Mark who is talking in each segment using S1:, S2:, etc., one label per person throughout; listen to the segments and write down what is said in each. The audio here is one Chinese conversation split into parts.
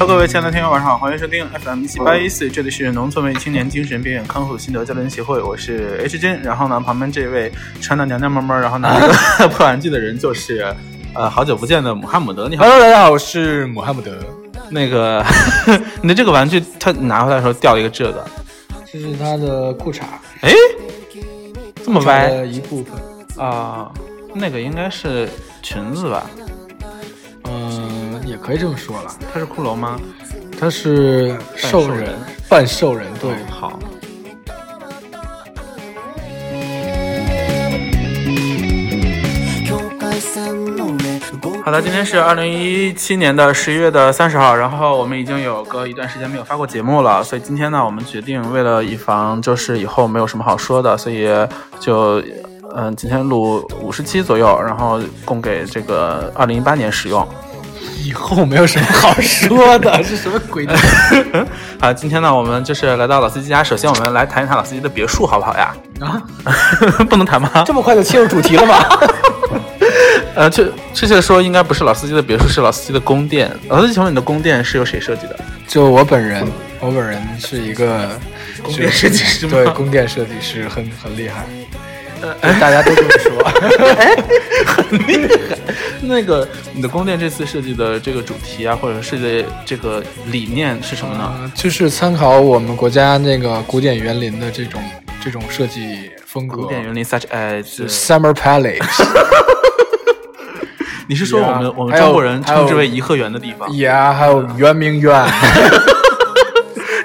S1: 各位亲爱的听友，晚上好，欢迎收听 FM 七八一四，这里是农村为青年精神病院康复心得交流协会，我是 H 君。然后呢，旁边这位穿的娘娘闷闷，然后拿一 个破玩具的人就是，呃，好久不见的姆哈姆德。你好，
S2: Hello，大家好，我是姆哈姆德。
S1: 那个 你的这个玩具，他拿回来的时候掉了一个褶子，
S2: 这是他的裤衩，
S1: 哎，这么歪
S2: 的一部分。
S1: 啊、那个应该是裙子吧？
S2: 嗯、也可以这么说了，
S1: 它是骷髅吗？
S2: 他是兽人，半兽人，哦对，
S1: 好。好的，今天是二零一七年的十一月的三十号，然后我们已经有隔一段时间没有发过节目了，所以今天呢，我们决定为了以防就是以后没有什么好说的，所以就嗯，今天录五十期左右，然后供给这个二零一八年使用。
S2: 以后没有什么好说 的，是什么鬼？
S1: 好，今天呢，我们就是来到老司机家，首先我们来谈一谈老司机的别墅，好不好呀？
S2: 啊，
S1: 不能谈吗？
S2: 这么快就切入主题了吗？
S1: 呃，确确切地说，应该不是老司机的别墅，是老司机的宫殿。老司机，请问你的宫殿是由谁设计的？
S2: 就我本人，我本人是一个
S1: 宫殿设计师吗
S2: 对，宫殿设计师很很厉害，对大家都这么 说。
S1: 那个，你的宫殿这次设计的这个主题啊，或者设计的这个理念是什么呢？
S2: 呃就是参考我们国家那个古典园林的这种这种设计风格。
S1: 古典园林 such as，
S2: Summer Palace，
S1: 你是说我们我们
S2: 啊还有
S1: 中国人称之
S2: 还
S1: 为
S2: 有
S1: 颐和园的地方？
S2: 呀，还有圆明园，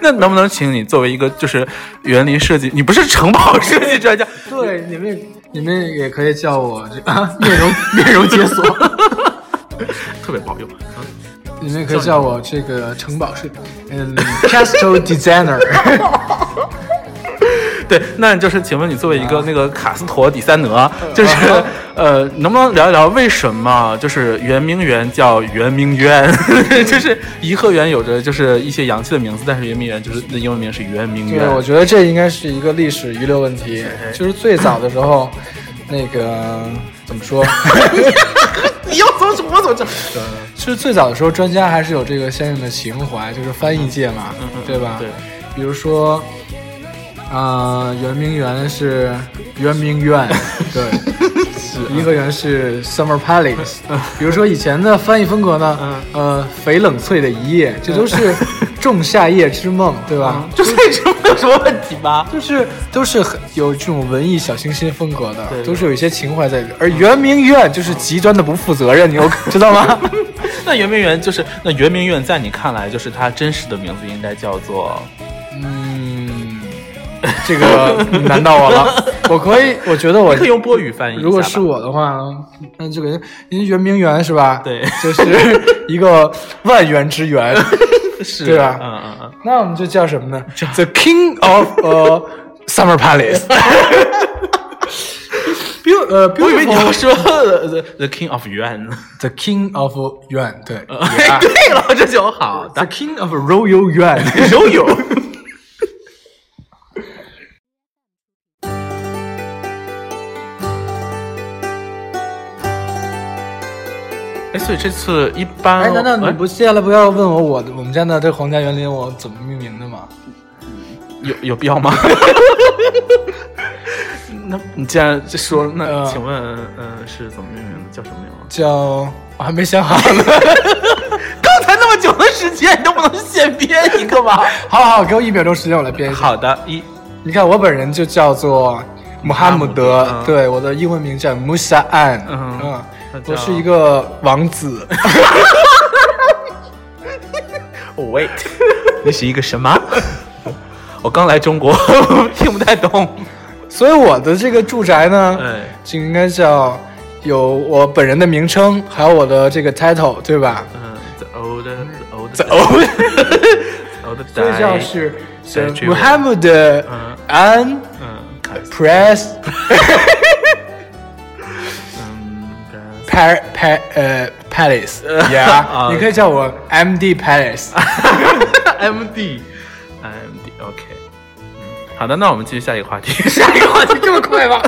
S1: 那能不能请你作为一个就是园林设计，你不是城堡设计专家，
S2: 对，你们你们也可以叫我这啊面容面容解锁，
S1: 特别保佑。
S2: 你们也可以叫我这个城堡是嗯 Castle Designer，
S1: 对，那就是请问你作为一个那个卡斯陀底三德，
S2: 嗯
S1: 就是呃，能不能聊一聊为什么就是圆明园叫圆明园， 就是颐和园有着就是一些洋气的名字，但是圆明园就是那英文名是圆明
S2: 对，
S1: 园
S2: 我。觉得这应该是一个历史遗留问题，就是最早的时候，那个怎么说？
S1: 你要怎么说我怎么着？
S2: 就是最早的时候，专家还是有这个先生的情怀，就是翻译界
S1: 嗯
S2: 嘛，对吧？
S1: 对。
S2: 比如说，呃，圆明园是圆明园，对。 颐和园是 Summer Palace，比如说以前的翻译风格
S1: 嗯
S2: 呢，呃，翡冷翠的一夜，这都是仲夏夜之梦，对吧？
S1: 就是这没有什么问题吧？
S2: 就是都是很有这种文艺小清新风格的，
S1: 对嗯
S2: 都是有一些情怀在里边。而圆明园就是极端的不负责任，你有知道吗？
S1: 那圆明园就是那圆明园，在你看来就是它真实的名字应该叫做
S2: 嗯，这个难到 我了。我可以，我觉得我
S1: 你可以用波语翻译一下吧。
S2: 如果是我的话，那这个因为圆明园是吧？
S1: 对
S2: 就是一个万园之园。
S1: 是
S2: 对啊吧
S1: 嗯嗯嗯。
S2: 那我们就叫什么呢？The King of 呃 Summer Palace。Beau 呃
S1: 我以为你要
S2: ，beautiful
S1: 说 the the king of 园。
S2: The King of 园对
S1: 哎， 对了，这就好的。
S2: ，The King of Royal 园。
S1: 都 有。哎，所以这次一般，
S2: 哎，难道你不接下来不要问我我的我们家的这皇家园林我怎么命名的吗？
S1: 有有必要吗？ 那你既然这说了，那
S2: 呃
S1: 请问，呃，是怎么命名的？叫什么名字？
S2: 叫我还没想好呢。
S1: 刚才那么久的时间，你都不能现编一个吧？
S2: 好好好，给我一秒钟时间，我来编一下。
S1: 好的，一
S2: 你看，我本人就叫做穆哈姆
S1: 穆哈姆德
S2: 德
S1: 嗯，
S2: 对，我的英文名叫穆萨安，
S1: 嗯
S2: 嗯
S1: 那，叫
S2: 我是一个王 子，
S1: ，wait，你哦是一个什么？ 我刚来中国， 听不太懂。
S2: 所以我的这个住宅呢，
S1: 哎，
S2: 就应该叫有我本人的名称，还有我的这个 title，对吧？
S1: 嗯，the old the old the old old
S2: 所以叫
S1: die，
S2: 是
S1: 对这个
S2: 穆哈姆德
S1: 嗯
S2: 安
S1: 嗯，卡斯
S2: Press
S1: 嗯，卡
S2: Pa Pa 呃 Palace，yeah，
S1: 啊
S2: 你可以叫我 MD Palace。
S1: 斯 MD MD OK，嗯，好的，那我们继续下一个话题，下一个话题这么快吗？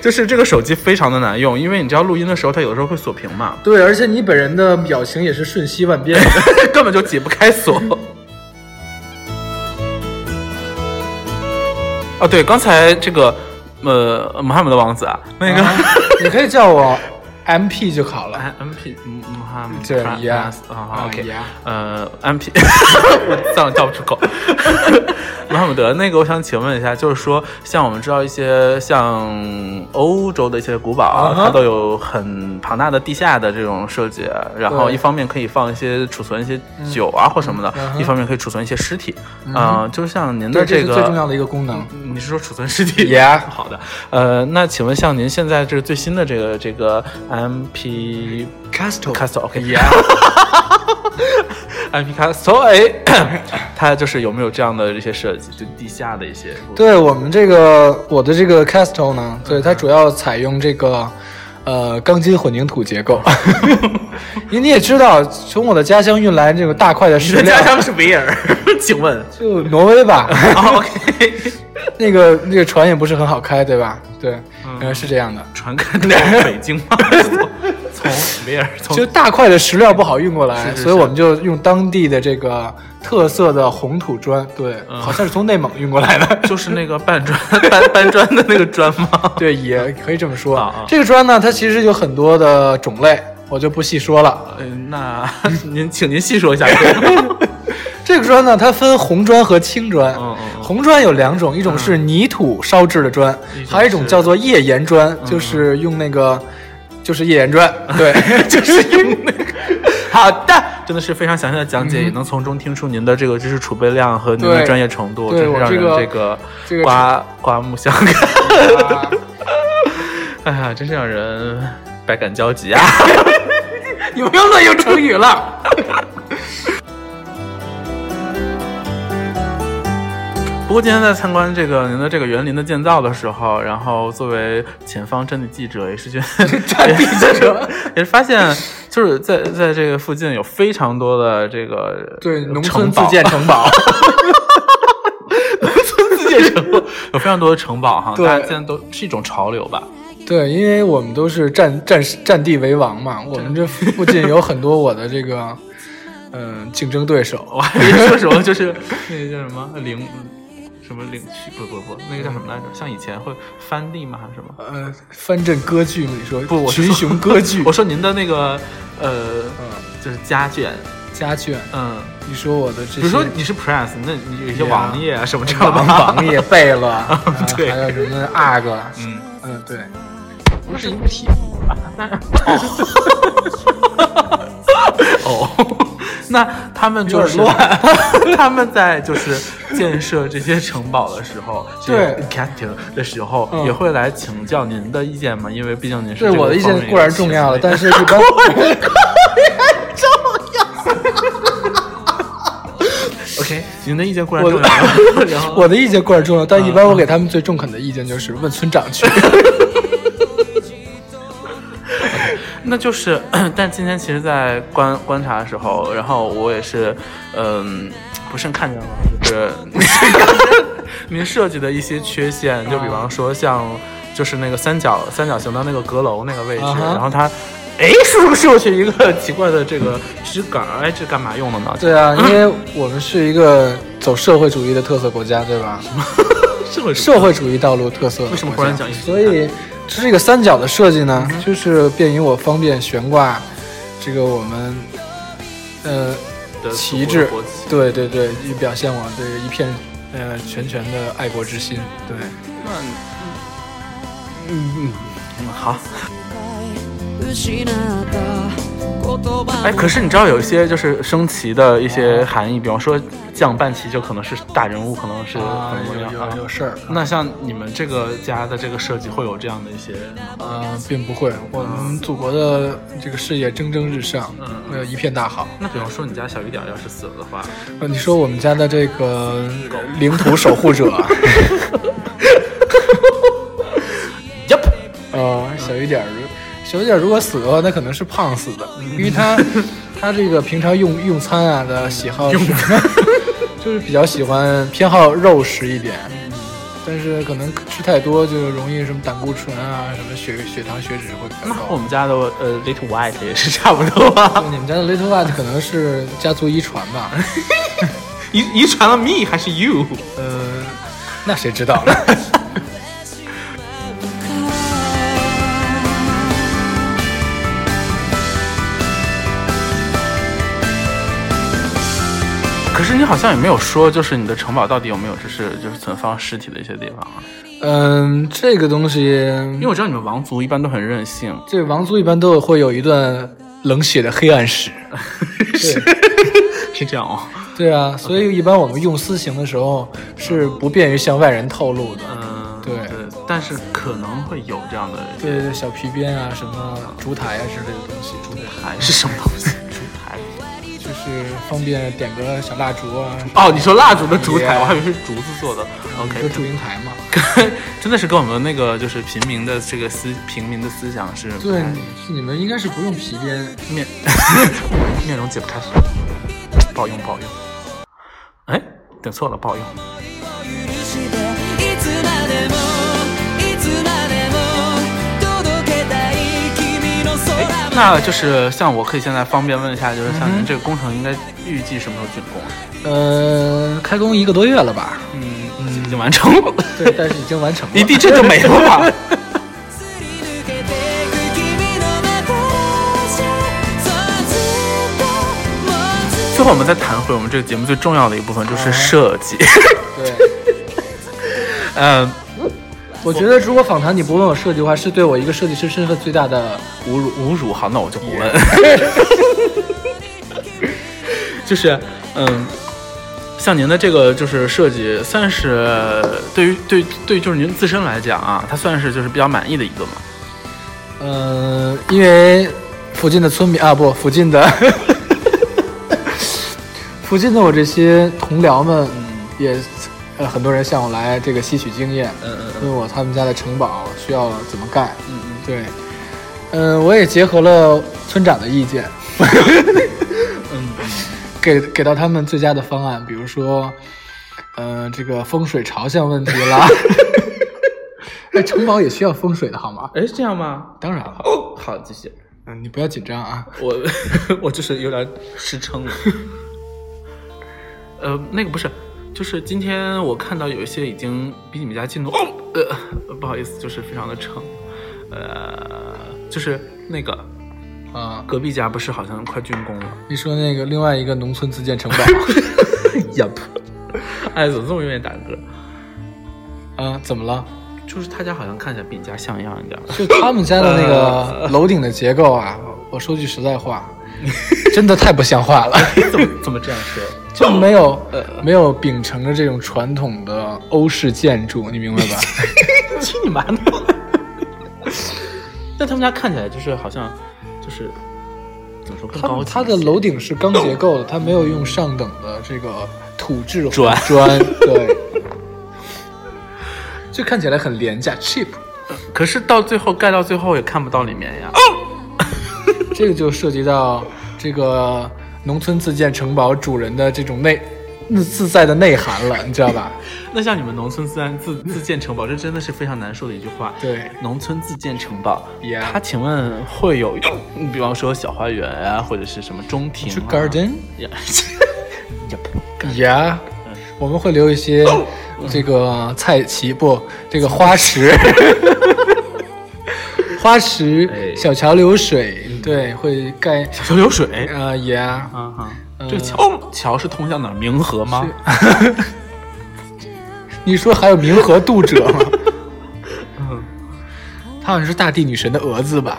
S1: 就是这个手机非常的难用，因为你知道录音的时候它有的时候会锁屏嘛，
S2: 对，而且你本人的表情也是瞬息万变。
S1: 根本就解不开锁。哦，对，刚才这个呃，穆罕默德王子啊， 那个、
S2: 你可以叫我 MP 就好了。
S1: 哎 M P 嗯穆罕默
S2: 这
S1: 德
S2: 呀
S1: 啊
S2: 啊
S1: OK
S2: 呀
S1: 呃 M P 我算了叫不出口。 穆罕默德那个，我想请问一下，就是说像我们知道一些像欧洲的一些古堡啊
S2: 啊哈
S1: 它都有很庞大的地下的这种设计，然后
S2: 对
S1: 一方面可以放一些储存一些酒啊或什么的，
S2: 嗯哼
S1: 一方面可以储存一些尸体
S2: 嗯
S1: 啊、就是像您的
S2: 对，这是
S1: 个
S2: 最重要的一个功能。
S1: 你是说储存尸体
S2: Yeah
S1: 好的，呃，那请问像您现在这最新的这个这个 MP
S2: Castle
S1: Castle OK，Yeah，MP Castle 哎， 它就是有没有这样的这些设计，就地下的一些部分
S2: 对我们这个我的这个 Castle 呢，对它主要采用这个呃钢筋混凝土结 构，因为你也知道，从我的家乡运来这个大块的
S1: 你
S2: 石
S1: 的
S2: 料
S1: 家，乡是维尔， 请 问、
S2: 就挪威吧，
S1: 啊 OK，
S2: 那个那个船也不是很好开，对吧？对，
S1: 嗯
S2: 呃是这样的，
S1: 传开到北京吗？ 从从维尔从
S2: 就大块的石料不好运过来，
S1: 是是
S2: 所以我们就用当地的这个特色的红土砖，对，
S1: 嗯
S2: 好像是从内蒙运过 来的。
S1: 就是那个搬砖搬搬砖的那个砖吗？
S2: 对，也可以这么说。
S1: 啊啊
S2: 这个砖呢，它其实有很多的种类，我就不细说了。
S1: 嗯，那 您请您细说 一下。
S2: 这个砖呢，它分红砖和青砖。
S1: 嗯嗯嗯嗯
S2: 红砖有两种，一种是泥土烧制的砖，
S1: 一种
S2: 还有一种
S1: 是嗯
S2: 叫做页岩砖，就是用那个，就是页岩砖。 对，就是用那个。
S1: 好的，真的是非常详细的讲解，也能从中听出您的这个知识储备量和您的
S2: 嗯对
S1: 专业程度，真
S2: 对
S1: 是
S2: 我
S1: 让
S2: 这
S1: 人
S2: 个
S1: 这个
S2: 这个
S1: 刮刮目相 看。
S2: 啊
S1: 哎呀，真是让人百感交集啊！
S2: 有没有乱用成语了？
S1: 不过今天在参观这个您的这个园林的建造的时候，然后作为前方战地记者，也是觉 得
S2: 战地记者
S1: 也是发现，就是在在这个附近有非常多的这个
S2: 对，农
S1: 城
S2: 村自
S1: 堡
S2: 建城堡。
S1: 自建城堡有非常多的城堡哈，
S2: 对
S1: 大家现在都是一种潮流吧。
S2: 对，因为我们都是占占占地为王嘛，我们这 附近有很多我的这个，嗯、竞争对手。
S1: 我还以为说什么就是 那个叫什么陵，什么陵区，不不不，那个叫什么来着？像以前会翻地吗？还是什么？
S2: 呃，藩镇割据嘛，你说
S1: 不，我是
S2: 群
S1: 说
S2: 雄割据
S1: 我说您的那个呃，
S2: 嗯
S1: 就是家眷，
S2: 家眷。
S1: 嗯，
S2: 你说我的这些，
S1: 比如说你是 Prince，那你有一些
S2: 对啊
S1: 网页啊什么这样的
S2: 王
S1: 吧？
S2: 王爷贝勒，啊
S1: 对
S2: 还有什么阿哥，
S1: 嗯，
S2: 嗯，对，
S1: 不是一体。哦。哦， 那他们就是
S2: 有点
S1: 他们在就是建设这些城堡的时候，
S2: 对
S1: castle 的时候、
S2: 嗯
S1: 也会来请教您的意见吗？因为毕竟您是
S2: 对
S1: 这个
S2: 我的意
S1: 方面
S2: 见固然重要了，
S1: 有
S2: 但是一般
S1: OK，您的意见固然
S2: 我
S1: 重要了， 然后
S2: 我的意见 固然重要，但一般
S1: 嗯
S2: 我给他们最中肯的意见就是问村长去。
S1: 那就是， 但今天其实，在观观察的时候，然后我也是，嗯、不慎看见了，就是 您设计的一些缺陷，就比方说像就是那个三角三角形的那个阁楼那个位置，
S2: 啊哈
S1: 然后它，哎，竖竖过去一个奇怪的这个枝杆儿，哎，这干嘛用的呢？
S2: 对啊，因为我们是一个走社会主义的特色国家，对吧？
S1: 这个
S2: 社会主义道路特色国家。
S1: 为什么忽然讲一
S2: 所以这是一个三角的设计呢，就是便于我方便悬挂这个我们呃
S1: 的
S2: 旗帜
S1: 国旗，
S2: 对对对，以表现我这个一片呃拳拳的爱国之心。对，
S1: 那嗯嗯嗯，好。
S3: 失った言葉
S1: 哎，可是你知道有一些就是升旗的一些含义，比方说降半旗就可能是大人物，可能是
S2: 啊
S1: 怎，么
S2: 有
S1: 样啊
S2: 有有事儿。
S1: 那像你们这个家的这个设计会有这样的一些，
S2: 呃，并不会，我们祖国的这个事业蒸蒸日上，呃，一片大好。
S1: 那比方说你家小雨点儿要是死了的话，
S2: 呃，你说我们家的这个领土守护者，啊
S1: Yup
S2: 呃，小一点儿如，小一点儿如果死的话，那可能是胖死的，
S1: 嗯
S2: 因为他他这个平常用用餐啊
S1: 嗯
S2: 的喜好是，就是比较喜欢偏好肉食一点，但是可能吃太多就容易什么胆固醇啊，什么血血糖、血脂会比较
S1: 那我
S2: 高。
S1: 们家的呃 Little White 也是差不多吧？
S2: 就你们家的 Little White 可能是家族遗传 吧？
S1: 遗遗传了 me 还是 you？
S2: 呃，那谁知道？
S1: 可是你好像也没有说，就是你的城堡到底有没有就是就是存放尸体的一些地方啊？
S2: 嗯，这个东西，
S1: 因为我知道你们王族一般都很任性，
S2: 这王族一般都有会有一段冷血的黑 暗史。
S1: 是这样哦。
S2: 对啊，所以一般我们用私刑的时候是不便于向外人透露的。
S1: 嗯，
S2: 对
S1: 但是可能会有这样的一些
S2: 对对，小皮鞭啊，什么烛台啊啊之类的东西，
S1: 牌是什么东 西？烛台。
S2: 就是方便点个小蜡烛啊，
S1: 哦，你说蜡烛的烛台，
S2: Yeah
S1: 我还以为是竹子做的。
S2: 就
S1: OK，
S2: 祝英台嘛。
S1: 真的是跟我们那个就是平民的这个思平民的思想是不
S2: 对
S1: 太，
S2: 你们应该是不用皮鞭。
S1: 面 面容解不开锁，抱用抱用。哎，点错了，抱用。
S3: いつまでもいつまでも届けたい君の
S1: 哎
S3: 空，ま
S1: 那就是像我可以现在方便问一下，就是像您这个工程应该预计什么时候竣工啊？
S2: 呃，开工一个多月了吧？
S1: 嗯嗯，已经完成了，
S2: 对，但是已经完成
S1: 一
S2: 了。
S1: 地震就没了吧？
S3: すり抜けてく君の目からじゃそうずっともうずっと
S1: 最后我们再谈回我们这个节目最重要的一部分，就是设计。
S2: 对，
S1: 嗯，
S2: 我觉得如果访谈你不问我设计的话，是对我一个设计师身份最大的
S1: 侮辱侮辱，好，那我就不问。 就是，嗯，像您的这个就是设计，算是对于对对，就是您自身来讲啊，它算是就是比较满意的一个嘛。
S2: 呃，因为附近的村民啊，不，附近的 附近的我这些同僚们嗯也，呃，很多人向我来这个吸取经验，
S1: 嗯嗯
S2: 问我他们家的城堡需要怎么盖。
S1: 嗯嗯，
S2: 对，嗯、我也结合了村长的意见，
S1: 嗯
S2: 给给到他们最佳的方案，比如说，呃，这个风水朝向问题啦。 哎，城堡也需要风水的好吗？
S1: 哎，是这样吗？哦
S2: 当然了，
S1: 好，继续。
S2: 嗯，你不要紧张啊。
S1: 我我就是有点失称了。呃，那个不是，就是今天我看到有一些已经比你们家进度，哦、呃，不好意思，就是非常的撑，呃，就是那个
S2: 啊、
S1: 隔壁家不是好像快竣工了
S2: 你说那个另外一个农村自建城堡
S1: ？Yup，哎，怎么这么愿意打嗝？
S2: 啊，怎么了？
S1: 就是他家好像看起来比你家像样一点。
S2: 就他们家的那
S1: 呃
S2: 个楼顶的结构啊，我说句实在话，真的太不像话了，
S1: 怎么怎么这样说？
S2: 就没有
S1: 呃
S2: 没有秉承着这种传统的欧式建筑，你明白 吧？
S1: 去你妈的！ 但他们家看起来就是好像就是怎么说更
S2: 他
S1: 高
S2: 们
S1: 级一些？
S2: 它的楼顶是钢结构的，它没有用上等的这个土质
S1: 砖
S2: 砖，对， 就看起来很廉价 cheap。
S1: 可是到最后盖到最后也看不到里面呀。
S2: 这个就涉及到这个农村自建城堡主人的这种内自自在的内涵了，你知道吧？
S1: 那像你们农村自然自自建城堡，这真的是非常难说的一句话。
S2: 对
S1: 农村自建城堡
S2: Yeah
S1: 它请问会有，你比方说小花园啊，或者是什么中庭、
S2: 是
S1: 啊、
S2: garden
S1: Yeah
S2: 呀、我们会留一些这个菜畦不，这个花石， 花石
S1: 哎
S2: 小桥流水，对，会盖
S1: 小桥流水。
S2: 呃呀。
S1: 啊哈，
S2: 嗯
S1: 这个桥桥是通向哪儿？明河吗？
S2: 你说还有冥河渡者吗？ 她好像是大地女神的蛾子吧？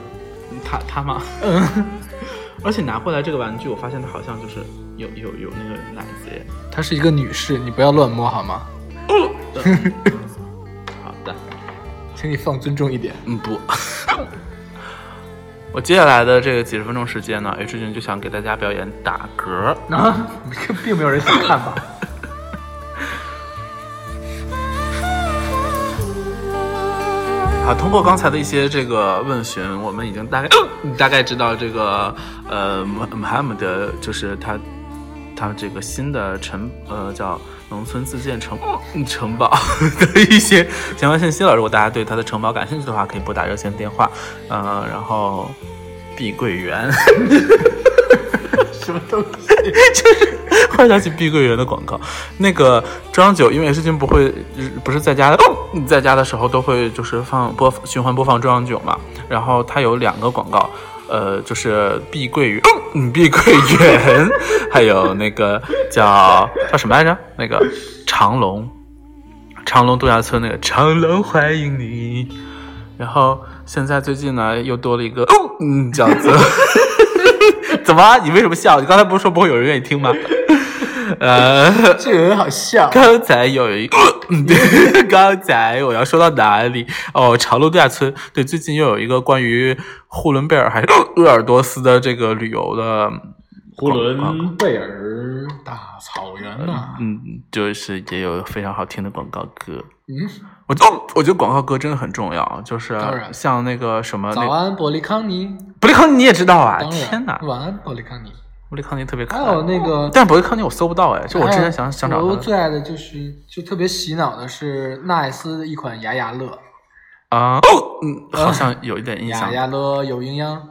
S1: 他他吗？
S2: 嗯
S1: 而且拿回来这个玩具，我发现它好像就是有有有那个奶子 耶。哦
S2: 她是一个女士，你不要乱摸好吗？
S1: 嗯好的。
S2: 请你放尊重一点。
S1: 嗯，不。 我接下来的这个几十分钟时间呢，H 君就想给大家表演打嗝。
S2: 啊，并没有人想看吧？
S1: 好，啊通过刚才的一些这个问询，我们已经大概 大概知道这个呃，穆穆罕默德就是他他这个新的城呃叫农村自建城 嗯城堡的一些相关信息了。如果大家对它的城堡感兴趣的话，可以拨打热线电话，呃，然后碧桂园。 忽然想起碧桂园的广告，那个庄九，因为事情不会不是在家的，哦在家的时候都会就是放播循环播放中央九嘛，然后它有两个广告，呃，就是碧桂园，哦嗯，碧桂园，还有那个叫叫什么来着？那个长隆，长隆度假村那个长隆欢迎你，然后现在最近呢又多了一个，哦嗯，叫做。 怎么啊？你为什么笑？你刚才不是说不会有人愿意听吗？呃，
S2: 这个人好笑。
S1: 刚才有一， 刚才我要说到哪里？哦，长隆度假村。对，最近又有一个关于呼伦贝尔还是哦鄂尔多斯的这个旅游的，
S4: 呼伦
S2: 贝尔大草原呐、
S1: 嗯，就是也有非常好听的广告歌。
S2: 嗯，
S1: 我哦，我觉得广告歌真的很重要，就是
S2: 当然
S1: 像那个什么，
S2: 早
S1: 那
S2: 安，伯利康尼。
S1: 伯利康尼你也知道啊？
S2: 当然
S1: 天哪，
S2: 晚安，伯利康尼。
S1: 伯利康尼特别可
S2: 还
S1: 爱。
S2: 有哦那个，
S1: 但是伯利康尼我搜不到哎，哦就我之前想想
S2: 还
S1: 找
S2: 有我
S1: 他的
S2: 最爱的就是，就特别洗脑的是纳爱斯的一款雅雅乐，
S1: 啊，哦，嗯，好像有一点印象
S2: 雅，雅乐有营养，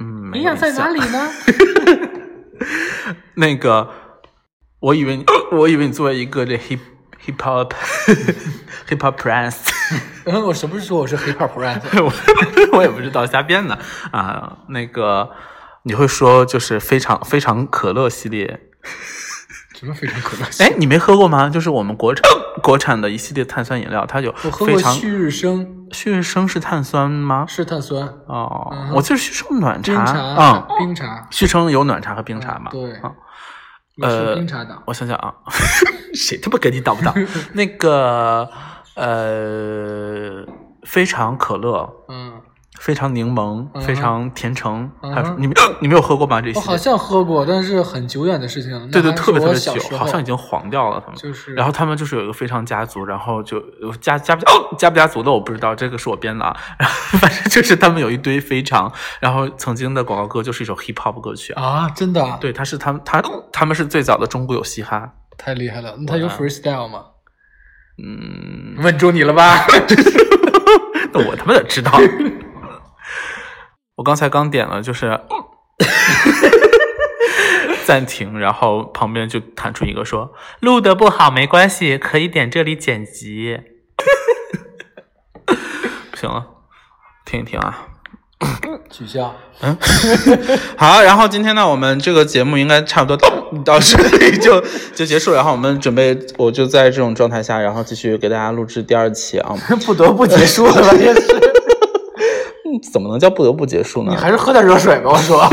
S1: 嗯，没
S2: 营
S1: 有
S2: 养在
S1: 印象
S2: 哪里 呢？
S1: 那个，我以为你， 我以为你作为一个这 hip hip hop hip hop prince，
S2: 然呃后我什么时候说我是 hip hop rap？
S1: 我 我也不知道瞎编的啊。那个你会说就是非常非常可乐系列，
S2: 什么非常可乐？
S1: 哎，你没喝过吗？就是我们国产 国产的一系列碳酸饮料，它有
S2: 我喝
S1: 非
S2: 过
S1: 常
S2: 旭日升，
S1: 旭日升是碳酸吗？
S2: 是碳酸
S1: 哦，
S2: 嗯
S1: 我就是旭升暖
S2: 冰
S1: 茶，
S2: 茶、
S1: 嗯，
S2: 冰茶，
S1: 旭升有暖茶和冰茶嘛？
S2: 对
S1: 嗯
S2: 我是
S1: 呃
S2: 冰茶党。
S1: 我想想啊， 谁他妈给你挡 不挡？那个呃，非常可乐，
S2: 嗯，
S1: 非常柠檬，
S2: 嗯哼
S1: 非常甜橙，
S2: 嗯哼
S1: 还有什么你没你没有喝过吗？这
S2: 我
S1: 些
S2: 好像喝过，但是很久远的事情了。
S1: 对对，
S2: 那还是
S1: 特别特
S2: 我
S1: 别
S2: 小时
S1: 久，
S2: 候
S1: 好像已经黄掉了他们。
S2: 就是，
S1: 然后他们就是有一个非常家族，然后就有家家不哦家不家族的我不知道，这个是我编的啊。 然后反正就是他们有一堆非常，然后曾经的广告歌就是一首 hip hop 歌曲啊。
S2: 啊，真的啊，
S1: 对，他是他们他他们是最早的中国有嘻哈，
S2: 太厉害了。那他有 freestyle 吗？
S1: 嗯，
S2: 问住你了吧？
S1: 那 我他妈咋知道？我刚才刚点了，就是暂停，然后旁边就弹出一个说录的不好没关系，可以点这里剪辑。不行了，听一听啊。
S2: 取消。
S1: 好，然后今天呢，我们这个节目应该差不多到到这里就就结束，然后我们准备，我就在这种状态下，然后继续给大家录制第二期啊。
S2: 不得不结束了 吧？也是，
S1: 怎么能叫不得不结束呢
S2: 你？还是喝点热水吧。我 说，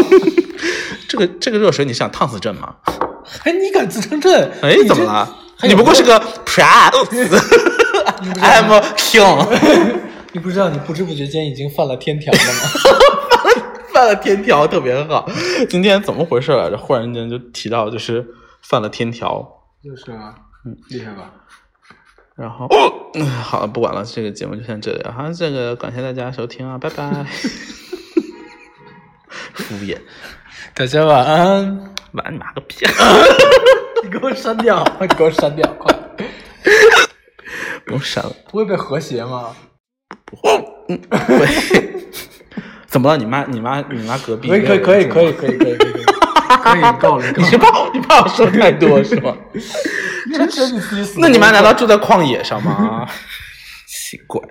S1: 这个这个热水，你是想烫死朕吗？
S2: 还哎你敢自称朕？
S1: 哎
S2: 你，这
S1: 怎么了？
S2: 还有
S1: 你不过是 个 prince，I'm a king，
S2: 你不知道，你不知不觉间已经犯了天条了吗？
S1: 犯了天条特别好。今天怎么回事来着？忽然间就提到就是犯了天条，
S2: 就是啊，厉害吧？
S1: 然后、哦嗯 好了，不管了，这个节目就先这里了。好，这个感谢大家收听啊，拜拜。敷 衍，
S2: 大家晚安。
S1: 玩你妈个屁！
S2: 你给我删掉，你给我删掉，快！
S1: 不用 删了。
S2: 不会被和谐吗？
S1: 嗯 怎么了？你妈，你妈，你妈隔壁
S2: 可以，可以，可以，可以，可以，可以，可以，可以，够 了，够
S1: 你
S2: 了。
S1: 是怕我，你怕我说太多是吗？
S2: 真是你自己 死。
S1: 那你妈难道住在旷野上吗？奇怪。